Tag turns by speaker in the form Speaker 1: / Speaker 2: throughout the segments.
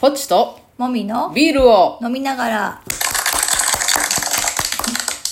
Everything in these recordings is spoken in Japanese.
Speaker 1: ホッチと
Speaker 2: もみの
Speaker 1: ビールを
Speaker 2: 飲みながら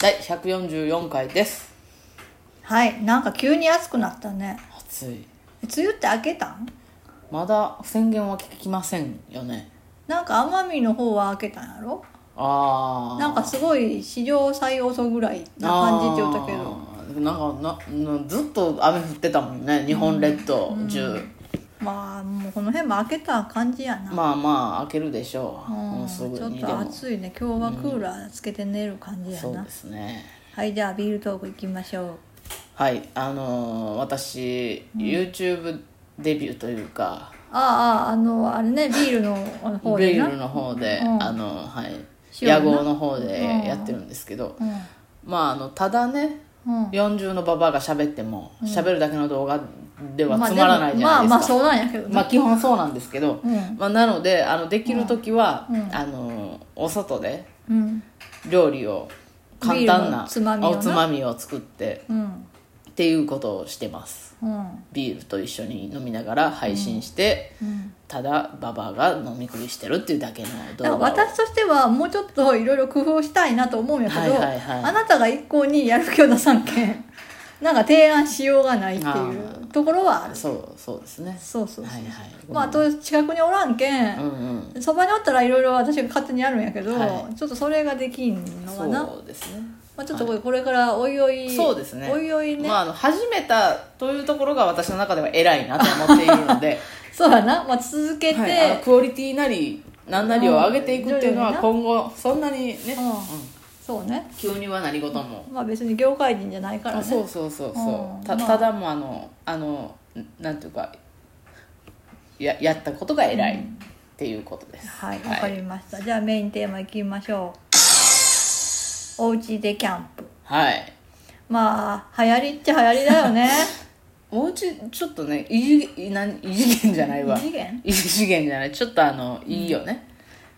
Speaker 1: 第144回です
Speaker 2: はいなんか急に暑くなったね
Speaker 1: 暑い
Speaker 2: 梅雨って明けたん
Speaker 1: まだ宣言は聞きませんよね
Speaker 2: なんか奄美の方は明けたんやろ
Speaker 1: ああ
Speaker 2: なんかすごい史上最遅ぐらいな感じちゃったけど
Speaker 1: あーなんかななずっと雨降ってたもんね日本列島中、
Speaker 2: まあもうこの辺も明けた感じやな、
Speaker 1: まあまあ開けるでしょう、もうす
Speaker 2: うん
Speaker 1: ぐ
Speaker 2: ちょっ
Speaker 1: にでも
Speaker 2: と暑いね今日はクーラーつけて寝る感じや
Speaker 1: そう
Speaker 2: な、
Speaker 1: ですね
Speaker 2: はいじゃあビールトークいきましょ
Speaker 1: はいあのー私、YouTube デビューというか
Speaker 2: うあああああのあれねビールのあの方
Speaker 1: ビ
Speaker 2: でな、
Speaker 1: ー
Speaker 2: うん、
Speaker 1: ルの方で、
Speaker 2: うん
Speaker 1: あのはい
Speaker 2: しよう
Speaker 1: 野
Speaker 2: な
Speaker 1: 号の方でやってるんですけど、まああのただね
Speaker 2: うん
Speaker 1: 40のババアが喋っても喋るだけの動画では
Speaker 2: まあ
Speaker 1: つまらないじゃない
Speaker 2: でもまあ
Speaker 1: ですか、
Speaker 2: まあそうなんやけどね
Speaker 1: まあ基本そうなんですけど、
Speaker 2: うん
Speaker 1: まあ、なのであのできる時は、
Speaker 2: うん
Speaker 1: あのお外で
Speaker 2: うん
Speaker 1: 料理を簡単な
Speaker 2: ビールのつまみをな
Speaker 1: おつまみを作って
Speaker 2: うん
Speaker 1: っていうことをしてます
Speaker 2: うん
Speaker 1: ビールと一緒に飲みながら配信して、
Speaker 2: うん
Speaker 1: ただババアが飲み食いしてるっていうだけの
Speaker 2: だから
Speaker 1: 動画を
Speaker 2: 私としてはもうちょっといろいろ工夫したいなと思うんやけど、
Speaker 1: はいはいはい
Speaker 2: あなたが一向にやる気を出さんけんなんか提案しようがないってい
Speaker 1: あ
Speaker 2: うところはある
Speaker 1: そうそうですね
Speaker 2: そうそうそう、
Speaker 1: はいはい
Speaker 2: まああと近くにおらんけ
Speaker 1: うん
Speaker 2: ん、
Speaker 1: うん
Speaker 2: そばにおったらいろいろ私が勝手にやるんやけど、
Speaker 1: は
Speaker 2: ちょっとそれができんのかな、
Speaker 1: そうですね
Speaker 2: まあ、ちょっとこれこれからおいおい、
Speaker 1: そうですね
Speaker 2: おいおいね、
Speaker 1: まあ、あの始めたというところが私の中では偉いなと思っているの で、
Speaker 2: そうやな、まあ、続けて、
Speaker 1: はい、あのクオリティなり何なりを上げていくっていうの
Speaker 2: うん
Speaker 1: は今後そんなにね、
Speaker 2: うん
Speaker 1: うん
Speaker 2: そうね
Speaker 1: 急には何事も、
Speaker 2: まあ別に業界人じゃないからね
Speaker 1: あそうそうそうそう、
Speaker 2: うん
Speaker 1: た
Speaker 2: まあ
Speaker 1: ただもうあのあのなんていうかややったことが偉いっていうことです、
Speaker 2: はい、わ
Speaker 1: はい
Speaker 2: かりました。じゃあメインテーマいきましょう。お家でキャンプ。
Speaker 1: はい
Speaker 2: まあ、流行りっちゃ流行りだよね。
Speaker 1: おうちちょっとね異次なん異次元じゃないわ
Speaker 2: 異次元
Speaker 1: 異次元じゃないちょっとあのいいよね、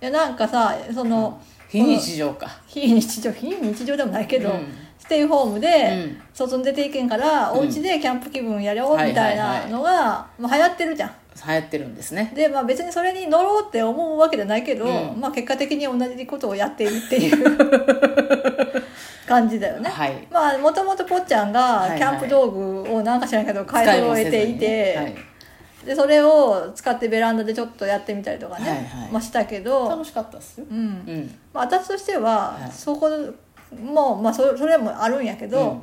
Speaker 2: いや、なんかさ、その、
Speaker 1: 非日常か
Speaker 2: 非日常、非日常でもないけど、
Speaker 1: うん
Speaker 2: ステイホームで、
Speaker 1: うん
Speaker 2: 外に出ていけんから、お家でキャンプ気分やろうみたいなのが、まあ、流行ってるじゃん。
Speaker 1: 流行ってるんですね
Speaker 2: で、まあ別にそれに乗ろうって思うわけじゃないけど、
Speaker 1: うん
Speaker 2: まあ結果的に同じことをやっているっていう 感じだよね。
Speaker 1: はい
Speaker 2: まあもともとぽっちゃん
Speaker 1: い
Speaker 2: が
Speaker 1: はい
Speaker 2: キャンプ道具をなんか知らんけど買い揃えていて
Speaker 1: はい
Speaker 2: でそれを使ってベランダでちょっとやってみたりとかね、
Speaker 1: はいはい
Speaker 2: まあ、したけど、
Speaker 1: 楽しかったっすよ
Speaker 2: う
Speaker 1: うんん
Speaker 2: まあ、私としては、
Speaker 1: はい
Speaker 2: そこも、まあ、そそれもあるんやけど、
Speaker 1: うん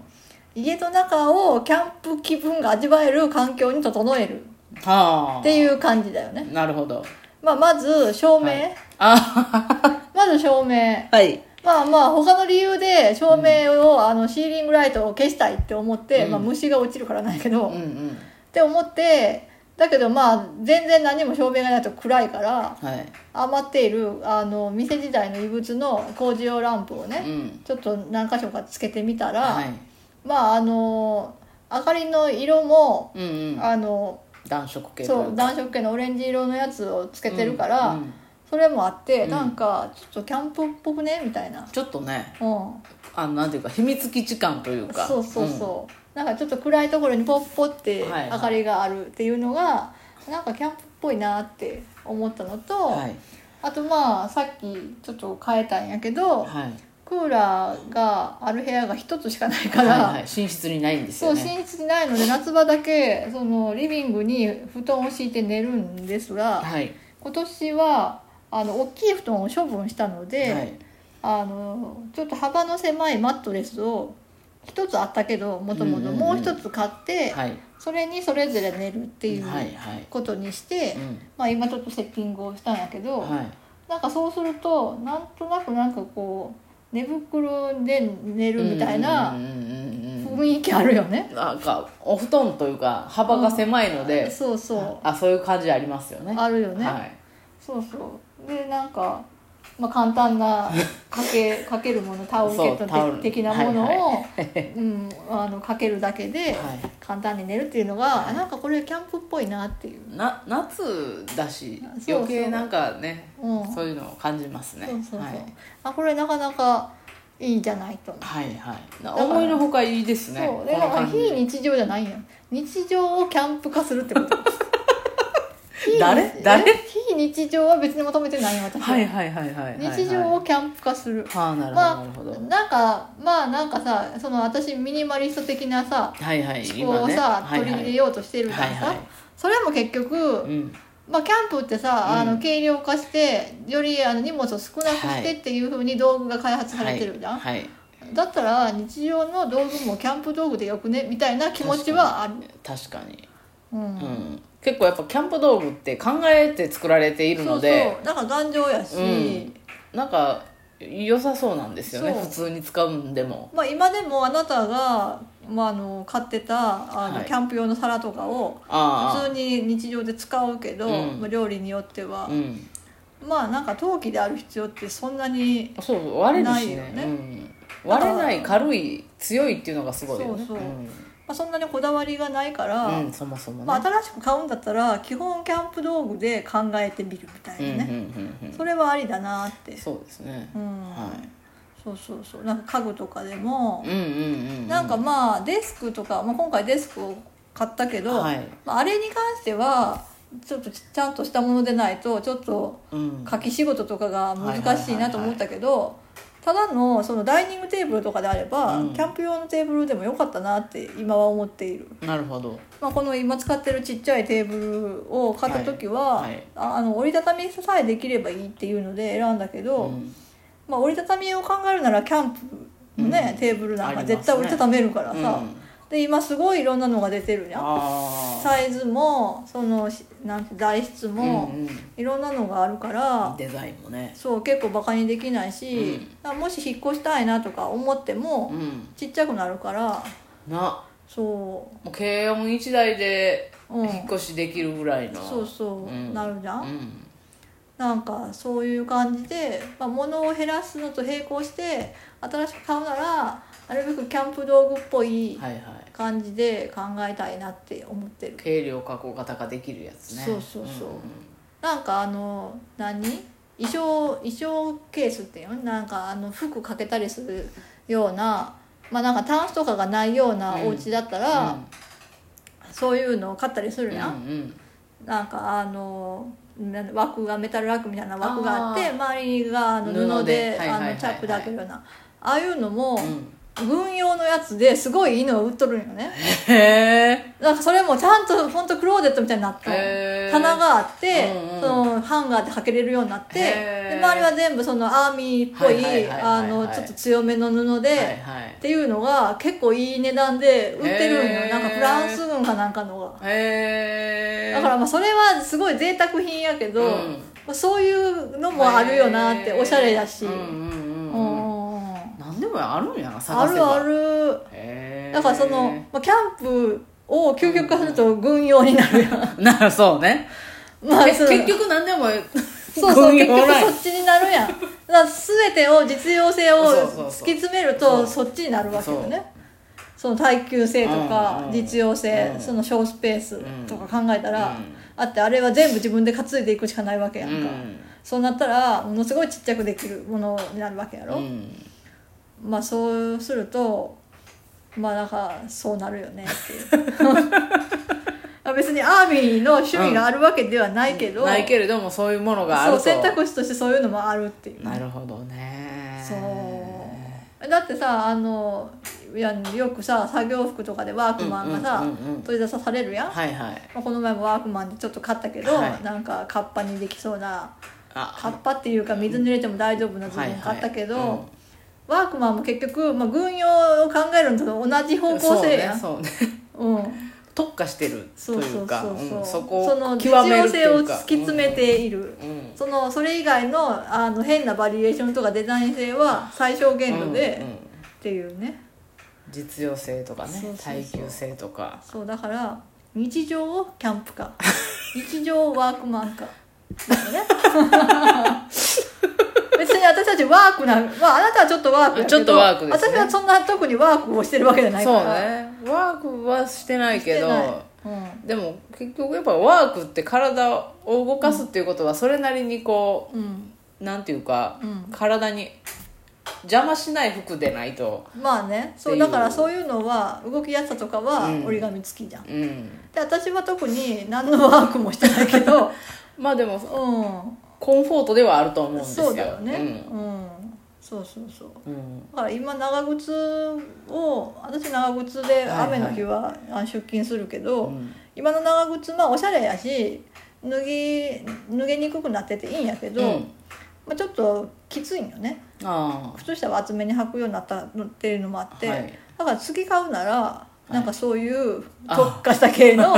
Speaker 2: 家の中をキャンプ気分が味わえる環境に整える
Speaker 1: はあ
Speaker 2: っていう感じだよね、
Speaker 1: なるほど
Speaker 2: まあ、まず照明、
Speaker 1: はいあ
Speaker 2: まず照明
Speaker 1: はい
Speaker 2: まあまあ他の理由で照明を、あのシーリングライトを消したいって思って、
Speaker 1: うん
Speaker 2: まあ、虫が落ちるからなんやけど、
Speaker 1: うんうん
Speaker 2: って思ってだけどまあ全然何も照明がないと暗いから
Speaker 1: はい
Speaker 2: 余っているあの店時代の異物の工事用ランプを
Speaker 1: う
Speaker 2: ね、
Speaker 1: ん
Speaker 2: ちょっと何箇所かつけてみたら、
Speaker 1: はい
Speaker 2: まああの明かりの色も、
Speaker 1: うんうん
Speaker 2: あの
Speaker 1: 暖色系
Speaker 2: そう
Speaker 1: つ
Speaker 2: 暖色系のオレンジ色のやつをつけてるから、
Speaker 1: うんうん
Speaker 2: それもあって、
Speaker 1: うん
Speaker 2: なんかちょっとキャンプっぽくねみたいな。
Speaker 1: ちょっとね
Speaker 2: うん、
Speaker 1: あのなんていうか秘密基地感というか
Speaker 2: そうそうそう、なんかちょっと暗いところにポッポって
Speaker 1: はいはい
Speaker 2: 明かりがあるっていうのが、なんかキャンプっぽいなって思ったのと、
Speaker 1: うんはい
Speaker 2: あとまあさっきちょっと変えたんやけど
Speaker 1: はい
Speaker 2: クーラーがある部屋が一つしかないから、
Speaker 1: はいはい寝室にないんです
Speaker 2: そ
Speaker 1: よ
Speaker 2: う
Speaker 1: ね
Speaker 2: 寝室にないので夏場だけそのリビングに布団を敷いて寝るんですが
Speaker 1: はい
Speaker 2: 今年はあの大きい布団を処分したので、
Speaker 1: はい
Speaker 2: あのちょっと幅の狭いマットレスを一つあったけどもとも
Speaker 1: うんう
Speaker 2: と
Speaker 1: んうん
Speaker 2: もう一つ買って、
Speaker 1: はい
Speaker 2: それにそれぞれ寝るっていう
Speaker 1: はいはい
Speaker 2: ことにして、
Speaker 1: うん
Speaker 2: まあ、今ちょっとセッティングをしたんやけど、
Speaker 1: はい
Speaker 2: なんかそうするとなんとなくなんかこう寝袋で寝るみたい
Speaker 1: うん
Speaker 2: な
Speaker 1: うんうんうんうん
Speaker 2: 雰囲気あるよね。
Speaker 1: なんかお布団というか幅が狭いので、
Speaker 2: そうそう
Speaker 1: あそういう感じありますよね
Speaker 2: あるよね。
Speaker 1: はい、
Speaker 2: そうそうでなんか、まあ、簡単なか けかけるものタオルケ
Speaker 1: そう
Speaker 2: ッ
Speaker 1: タオ
Speaker 2: ト
Speaker 1: ル
Speaker 2: 的なものを、
Speaker 1: は
Speaker 2: うん、あのかけるだけで
Speaker 1: はい
Speaker 2: 簡単に寝るっていうのが、あなんかこれキャンプっぽいなっていう。
Speaker 1: な夏だし
Speaker 2: そうそう
Speaker 1: 余計なんかね
Speaker 2: うん、そう
Speaker 1: そういうのを感じますね
Speaker 2: そうそう、
Speaker 1: はい
Speaker 2: あこれなかなかいいんじゃないと、
Speaker 1: はいはいな
Speaker 2: から
Speaker 1: 思いのほかいいですね
Speaker 2: そうで
Speaker 1: この
Speaker 2: も
Speaker 1: 感じ
Speaker 2: 非日常じゃないんや日常をキャンプ化するってこと
Speaker 1: 誰
Speaker 2: 非日
Speaker 1: 誰
Speaker 2: え非日常は別に求めてないよ私は
Speaker 1: はいはいはいはいはいはい
Speaker 2: 日常をキャンプ化する、
Speaker 1: はあなるほど
Speaker 2: まあ
Speaker 1: なるほど、
Speaker 2: なんかまあなんかさその私ミニマリスト的なさ
Speaker 1: はいはい
Speaker 2: 思考をさ、
Speaker 1: 今ね
Speaker 2: 取り入れようとしてるからさ、
Speaker 1: はいはい
Speaker 2: それも結局、
Speaker 1: うん
Speaker 2: まあ、キャンプってさ、
Speaker 1: うん
Speaker 2: あの軽量化してよりあの荷物を少なく
Speaker 1: は
Speaker 2: し
Speaker 1: い
Speaker 2: てっていうふうに道具が開発されてるじゃん、
Speaker 1: はいはい
Speaker 2: だったら日常の道具もキャンプ道具でよくねみたいな気持ちはある、
Speaker 1: 確かに、
Speaker 2: うん
Speaker 1: うん、結構やっぱキャンプ道具って考えて作られているので
Speaker 2: そうそうだから頑丈やし、
Speaker 1: なんか良さそうなんですよね
Speaker 2: そう
Speaker 1: 普通に使うんでも
Speaker 2: まあ、今でもあなたが、まあ、あの買ってたあの、
Speaker 1: はい
Speaker 2: キャンプ用の皿とかを普
Speaker 1: あ
Speaker 2: 通に日常で使うけど、
Speaker 1: うん
Speaker 2: まあ、料理によって
Speaker 1: あ
Speaker 2: は、
Speaker 1: うん
Speaker 2: まあなんか陶器である必要ってそんなに
Speaker 1: そう割れるしね
Speaker 2: ないよね
Speaker 1: うん、割れない軽い強いっていうのがすごいよね
Speaker 2: そうそうんまあ、そんなにこだわりがないから、
Speaker 1: うん、そもそもね、
Speaker 2: まあ、新しく買うんだったら基本キャンプ道具で考えてみるみた
Speaker 1: うんう
Speaker 2: い
Speaker 1: ん
Speaker 2: な
Speaker 1: う
Speaker 2: ね、
Speaker 1: んうん
Speaker 2: それはありだなって、
Speaker 1: そうですね、
Speaker 2: うん
Speaker 1: は
Speaker 2: そうそうそうなんか家具とかでも
Speaker 1: い、うんうんうん
Speaker 2: なんかまあデスクとか、まあ、今回デスクを買ったけど、
Speaker 1: はい
Speaker 2: まあ、あれに関してはちょっとちゃんとしたものでないとちょっと
Speaker 1: うん
Speaker 2: 書き仕事とかが難しいなと思ったけどただのそのダイニングテーブルとかであれば、
Speaker 1: うん
Speaker 2: キャンプ用のテーブルでもよかったなって今は思っている。
Speaker 1: なるほど
Speaker 2: まあ、この今使ってるちっちゃいテーブルを買った時は、
Speaker 1: はいはい
Speaker 2: ああの折りたたみさえできればいいっていうので選んだけど、
Speaker 1: ん
Speaker 2: まあ、折りたたみを考えるならキャンプのね、
Speaker 1: うん
Speaker 2: テーブルなん
Speaker 1: あ
Speaker 2: か
Speaker 1: りますね
Speaker 2: 絶対折りたためるから
Speaker 1: うん、
Speaker 2: さ、で今すごいいろんなのが出てるじゃん
Speaker 1: ああ
Speaker 2: サイズもそのしなんて材質も、
Speaker 1: うんうん
Speaker 2: いろんなのがあるから
Speaker 1: デザインもね
Speaker 2: そう結構バカにできないし、
Speaker 1: うん
Speaker 2: だからもし引っ越したいなとか思っても、
Speaker 1: うん
Speaker 2: ちっちゃくなるから
Speaker 1: な
Speaker 2: そ
Speaker 1: もう軽音一台で
Speaker 2: う、うん、
Speaker 1: 引っ越しできるぐらいの
Speaker 2: そうそう、
Speaker 1: うん
Speaker 2: なるじゃん
Speaker 1: うん
Speaker 2: なんかそういう感じで、まあ、物を減らすのと並行して新しく買うならなるべくキャンプ道具っぽい
Speaker 1: はいはい
Speaker 2: 感じで考えたいなって思ってる、
Speaker 1: 軽量加工型化できるやつね
Speaker 2: そうそうそうん
Speaker 1: ん
Speaker 2: なんかあの何衣装衣装ケースっていうのなんかあの服かけたりするようなまあなんかタンスとかがないようなお家だったら、そういうのを買ったりするやん、
Speaker 1: うんうん
Speaker 2: なんかあのな枠がメタル枠みたいな枠があって
Speaker 1: あ
Speaker 2: 周りがあの
Speaker 1: 布
Speaker 2: 布
Speaker 1: で
Speaker 2: で
Speaker 1: はいはいはいはい
Speaker 2: あのチャップだけるようなああいうのも
Speaker 1: うん
Speaker 2: 軍用のやつですごいいいのを売っとるんよね
Speaker 1: へえ
Speaker 2: なんかそれもちゃんと本当クローゼットみたいになった
Speaker 1: へー
Speaker 2: 棚があって
Speaker 1: うんうん
Speaker 2: そのハンガーでかけれるようになって
Speaker 1: へー
Speaker 2: で周りは全部そのアーミーっぽ
Speaker 1: はいはいはい
Speaker 2: い
Speaker 1: はい
Speaker 2: あのちょっと強めの布で、
Speaker 1: はいはい
Speaker 2: っていうのが結構いい値段で売ってるんよ
Speaker 1: へー
Speaker 2: なんかフランス軍かなんかのが。
Speaker 1: へえ
Speaker 2: だからまあそれはすごい贅沢品やけど、
Speaker 1: うん
Speaker 2: まあ、そういうのもあるよなっておしゃれだし、
Speaker 1: う
Speaker 2: うんん
Speaker 1: うん
Speaker 2: う
Speaker 1: うんうん
Speaker 2: んうん
Speaker 1: 何でもあるんやな
Speaker 2: あ
Speaker 1: 探せ
Speaker 2: る
Speaker 1: ば
Speaker 2: ある
Speaker 1: へえ
Speaker 2: だからその、まあ、キャンプを究極化すると軍用になるやん、
Speaker 1: なるそうね
Speaker 2: まあ
Speaker 1: え
Speaker 2: そう
Speaker 1: 結局何でも
Speaker 2: そうそう
Speaker 1: 軍
Speaker 2: 結
Speaker 1: 用
Speaker 2: 局
Speaker 1: ライン
Speaker 2: そっちになるやんだから全てを実用性を
Speaker 1: そうそうそう
Speaker 2: 突き詰めるとそっちになるわけよねその耐久性と
Speaker 1: うん
Speaker 2: か
Speaker 1: うん
Speaker 2: 実用性、
Speaker 1: うん
Speaker 2: その小スペースとか考えたら、あってあれは全部自分で担いでいくしかないわけやんか、そうなったらものすごいちっちゃくできるものになるわけや
Speaker 1: うん
Speaker 2: ろ、
Speaker 1: うん
Speaker 2: まあそうするとまあなんかそうなるよねって いうあ別にアーミーの趣味があるわけではないけど、
Speaker 1: ないけれどもそういうものがあると
Speaker 2: そう選択肢としてそういうのもあるっていう
Speaker 1: なるほどね
Speaker 2: そうだってさあのいやよくさ作業服とかでワークマンがさ、
Speaker 1: うんうんうんうん
Speaker 2: 取り出さされるやん、
Speaker 1: はいはい
Speaker 2: まあこの前もワークマンでちょっと買ったけど、
Speaker 1: はい
Speaker 2: なんかカッパにできそうなカ
Speaker 1: あ
Speaker 2: ッパっていうか水濡れても大丈夫なズボン買ったけど、
Speaker 1: はいはいうん
Speaker 2: ワークマンも結局、まあ、軍用を考えるのと同じ方向性やん
Speaker 1: そうねそうね
Speaker 2: うん
Speaker 1: 特化してると
Speaker 2: そう
Speaker 1: い
Speaker 2: そうう
Speaker 1: か
Speaker 2: そううん
Speaker 1: そこ
Speaker 2: そ
Speaker 1: を
Speaker 2: の
Speaker 1: 極め
Speaker 2: 実
Speaker 1: る
Speaker 2: 用
Speaker 1: って
Speaker 2: 性
Speaker 1: い
Speaker 2: を
Speaker 1: うか
Speaker 2: 突き詰めている、
Speaker 1: うんうん
Speaker 2: そのそれ以外のあの変なバリエーションとかデザイン性は最小限度で、
Speaker 1: うんう
Speaker 2: っ
Speaker 1: ん
Speaker 2: ていうね
Speaker 1: 実用性とかね
Speaker 2: そうそうそう
Speaker 1: 耐久性とか
Speaker 2: そうだから日常をキャンプ化日常をワークマン化だよね 別に私たちワークな、まあ、あなたはちょっとワークやけど
Speaker 1: ちょっとワークですね
Speaker 2: 私はそんな特にワークをしてるわけじゃない
Speaker 1: そ
Speaker 2: か
Speaker 1: う
Speaker 2: ら
Speaker 1: ねワークはしてないけど
Speaker 2: してない
Speaker 1: でも結局やっぱワークって体を動かすっていうことはそれなりにこ
Speaker 2: うん、うん
Speaker 1: うなんていうか
Speaker 2: うん
Speaker 1: 体に邪魔しない服でないと
Speaker 2: まあねそ
Speaker 1: っ
Speaker 2: う
Speaker 1: てい
Speaker 2: だ
Speaker 1: う
Speaker 2: からそういうのは動きやすさとかは
Speaker 1: うん
Speaker 2: 折り紙付きじゃん、
Speaker 1: うん
Speaker 2: で私は特に何のワークもしてないけど
Speaker 1: まあでも
Speaker 2: うん
Speaker 1: コンフォートではあると思うんですよ
Speaker 2: そうだよねうん、そうそうそう
Speaker 1: うん、うん
Speaker 2: だから今長靴を私長靴で雨の日はあ出勤するけど、
Speaker 1: うん
Speaker 2: 今の長靴まあおしゃれやし脱ぎ脱げにくくなってていいんやけど、
Speaker 1: うん
Speaker 2: まあ、ちょっときついんよね
Speaker 1: あ
Speaker 2: 靴下は厚めに履くようになったのっていうのもあって、
Speaker 1: はい
Speaker 2: だから次買うなら
Speaker 1: い
Speaker 2: なんかそういう
Speaker 1: あ
Speaker 2: 特化した系の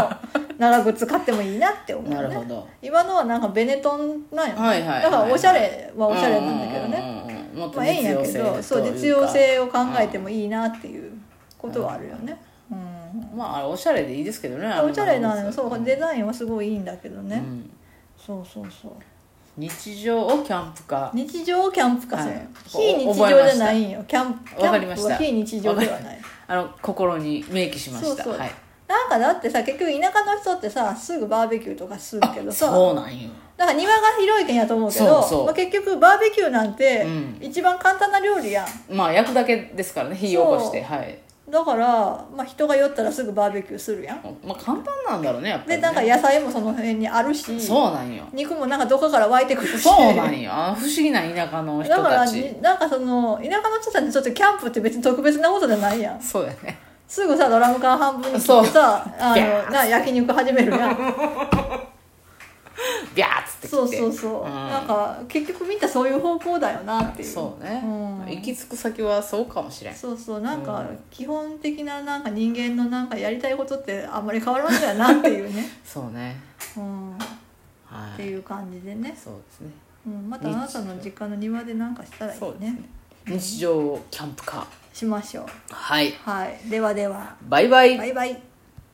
Speaker 2: 長靴買ってもいいなって
Speaker 1: あ
Speaker 2: 思 う
Speaker 1: な
Speaker 2: よ
Speaker 1: るほ
Speaker 2: ね
Speaker 1: ど
Speaker 2: 今のはなんかベネトンなんよね、
Speaker 1: はいはい
Speaker 2: だからおしゃれはおしゃれなんだけどね、
Speaker 1: ね、うんうんうんうんもっと
Speaker 2: まあ、ええん
Speaker 1: 実
Speaker 2: や
Speaker 1: 用
Speaker 2: け
Speaker 1: 性
Speaker 2: どそう実用性を考えてもいいなっていうことはあるよね、うん
Speaker 1: まああれおしゃれでいいですけどね
Speaker 2: まあ、おしゃれなのよ
Speaker 1: よ
Speaker 2: そうデザインはすごいいいんだけどね、
Speaker 1: うん
Speaker 2: そうそうそう
Speaker 1: 日常をキャンプ化
Speaker 2: 日常をキャンプ化する、
Speaker 1: はい
Speaker 2: 非日常じゃないんよキャンプキ
Speaker 1: わかり
Speaker 2: ャ
Speaker 1: ま
Speaker 2: ンプ
Speaker 1: し
Speaker 2: は
Speaker 1: た
Speaker 2: 非日常ではない
Speaker 1: あの心に明記しました
Speaker 2: そうそう
Speaker 1: はい、
Speaker 2: なんかだってさ結局田舎の人ってさすぐバーベキューとかするけどさ
Speaker 1: そうなんよ
Speaker 2: だから庭が広いけんやと思うけど
Speaker 1: そうそう
Speaker 2: まあ、結局バーベキューなんて
Speaker 1: うん
Speaker 2: 一番簡単な料理やん、
Speaker 1: まあ焼くだけですからね火を起こしてはい、
Speaker 2: だから、まあ、人が酔ったらすぐバーベキューするやん
Speaker 1: まあ、簡単なんだろうねやっぱり、ね、
Speaker 2: でなんか野菜もその辺にあるし
Speaker 1: そうなんよ
Speaker 2: 肉もなんかどこかから湧いてくるし
Speaker 1: そうなんよあの不思議な田舎の人
Speaker 2: だから
Speaker 1: たち
Speaker 2: になんかその田舎の人たちにとってキャンプって別に特別なことじゃないやん
Speaker 1: そうやね
Speaker 2: すぐさドラム缶半分に切
Speaker 1: そ
Speaker 2: っ
Speaker 1: う
Speaker 2: てさあ
Speaker 1: ビャ
Speaker 2: のな焼肉始める やん
Speaker 1: ビャーっつって来て
Speaker 2: そうそうそう、
Speaker 1: うん
Speaker 2: なんか結局みんなそういう方向だよなっていう
Speaker 1: そうね、
Speaker 2: うん
Speaker 1: 行き着く先はそうかもしれん
Speaker 2: そうそうなんか
Speaker 1: うん
Speaker 2: 基本的ななんか人間のなんかやりたいことってあんまり変わらんのやなってい うね、
Speaker 1: そうね
Speaker 2: うん、っ
Speaker 1: は
Speaker 2: て
Speaker 1: い
Speaker 2: いう感じでね、
Speaker 1: そうですね
Speaker 2: うん、またあなたの実家の庭でなんかしたらいい
Speaker 1: そうです
Speaker 2: ね
Speaker 1: ね日常をキャンプ化
Speaker 2: しましょう
Speaker 1: はい
Speaker 2: はいではでは
Speaker 1: バイバイ
Speaker 2: バイバイ